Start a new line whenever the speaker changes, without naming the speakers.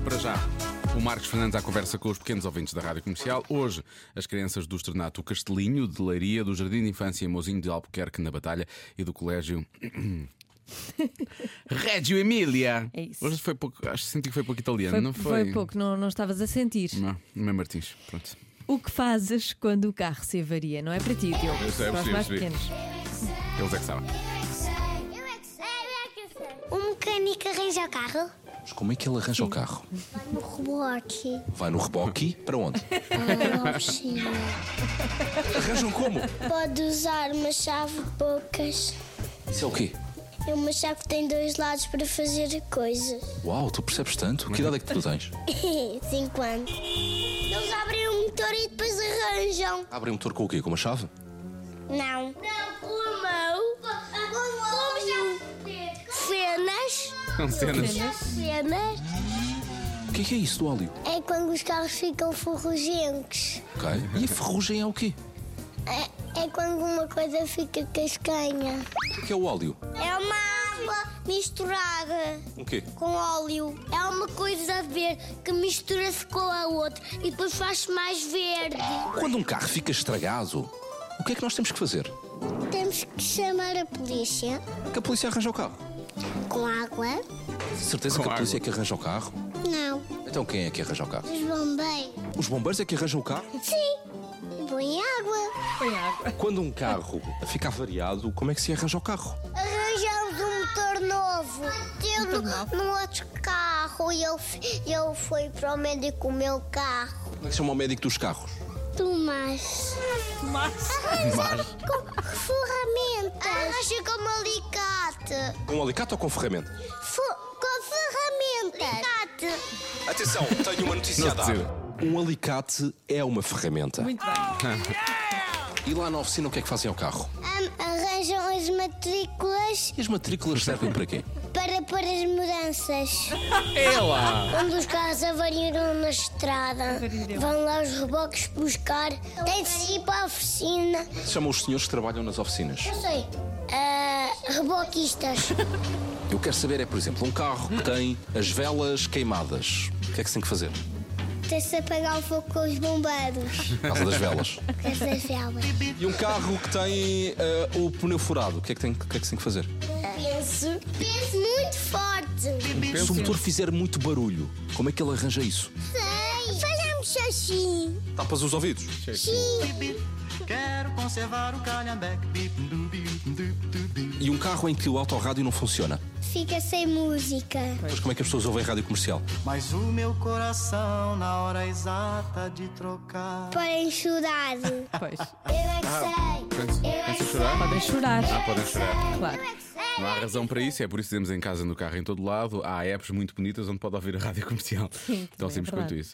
para já. O Marcos Fernandes à conversa com os pequenos ouvintes da Rádio Comercial. Hoje, as crianças do Estrenato Castelinho, de Leiria, do Jardim de Infância Mozinho de Albuquerque, na Batalha, e do Colégio Régio Emília.
É isso.
Hoje foi pouco, acho que senti que foi pouco italiano,
Foi,
não foi?
foi pouco, não, não estavas a sentir.
Não, não é Martins, pronto.
O que fazes quando o carro se avaria? Não é para ti, Diogo.
Eu sei, eu
para os
percebi,
mais
percebi.
pequenos.
Eles é que sabem.
Um mecânico arranja o carro?
Mas como é que ele arranja o carro?
No reboque.
Vai no reboque para onde?
Na oficina.
Arranjam como?
Pode usar uma chave de bocas.
Isso é o quê?
É uma chave que tem dois lados para fazer coisas.
Uau, tu percebes tanto? Que idade é que tu tens?
Cinco anos. Eles abrem o motor e depois arranjam.
Abrem o motor com o quê? Com uma chave?
Não. Não, com Cenas.
São cenas.
né?
Cenas.
O que é, que é isso do óleo?
É quando os carros ficam ferrugentos.
Ok. E a ferrugem é o quê?
É, é quando uma coisa fica cascanha.
O que é o óleo?
É uma água misturada
O quê?
com óleo. É uma coisa verde que mistura-se com a outra e depois faz mais verde.
Quando um carro fica estragado, o que é que nós temos que fazer?
Temos que chamar a polícia
Que a polícia arranja o carro.
com água?
Certeza
Com
que a
água.
polícia é que arranja o carro?
Não.
Então quem é que arranja o carro?
Os bombeiros?
Os bombeiros é que arranjam o carro?
Sim. Põe água.
Põe água.
Quando um carro fica avariado, como é que se arranja o carro?
Arranjamos um motor novo. Deu
novo?
num outro carro e eu, eu fui para o médico com o meu carro.
Como é que se chama o médico dos carros?
Tomás.
Mas
Arranjamos com ferramentas. Arranja com alicate.
Com um alicate ou com ferramenta?
com ferramentas. Alicate.
Atenção, tenho uma notícia
Não se
Um alicate é uma ferramenta.
muito bem.
E lá na oficina o que é que fazem ao carro?
arranjam as matrículas
E as matrículas servem para quê?
para pôr as mudanças.
Ela!
Quando os carros avariaram na estrada, vão lá os reboques buscar. Tem de se ir para a oficina.
Se chamam os senhores que trabalham nas oficinas.
Eu sei. ah, reboquistas.
Eu quero saber é, por exemplo, um carro que tem as velas queimadas. O que é que se tem que fazer?
Tem-se de apagar o fogo com os bombeiros.
Por causa das velas.
Com essas velas.
E um carro que tem eh, o pneu furado. O que é que tem, o que, é que se tem que fazer?
Penso. Penso muito forte.
Se o motor fizer muito barulho, como é que ele arranja isso?
Sei. Fazemos assim.
Tapas os ouvidos.
Sim.
Quero conservar o calhambeque. bip-dubi-dubi-dubi.
E um carro em que o autorrádio não funciona.
Fica sem música.
Mas como é que as pessoas ouvem rádio comercial?
Mas o meu coração, na hora exata de trocar.
Podem chorar.
Pois.
Eu é que é
Pensam pensam chorar?
Podem chorar.
Ah, podem chorar.
Claro.
Não há razão para isso, é por isso que temos em casa, no carro, em todo lado. Há apps muito bonitas onde pode ouvir a rádio comercial.
Sim,
Tão
também é
simples quanto
verdade.
isso.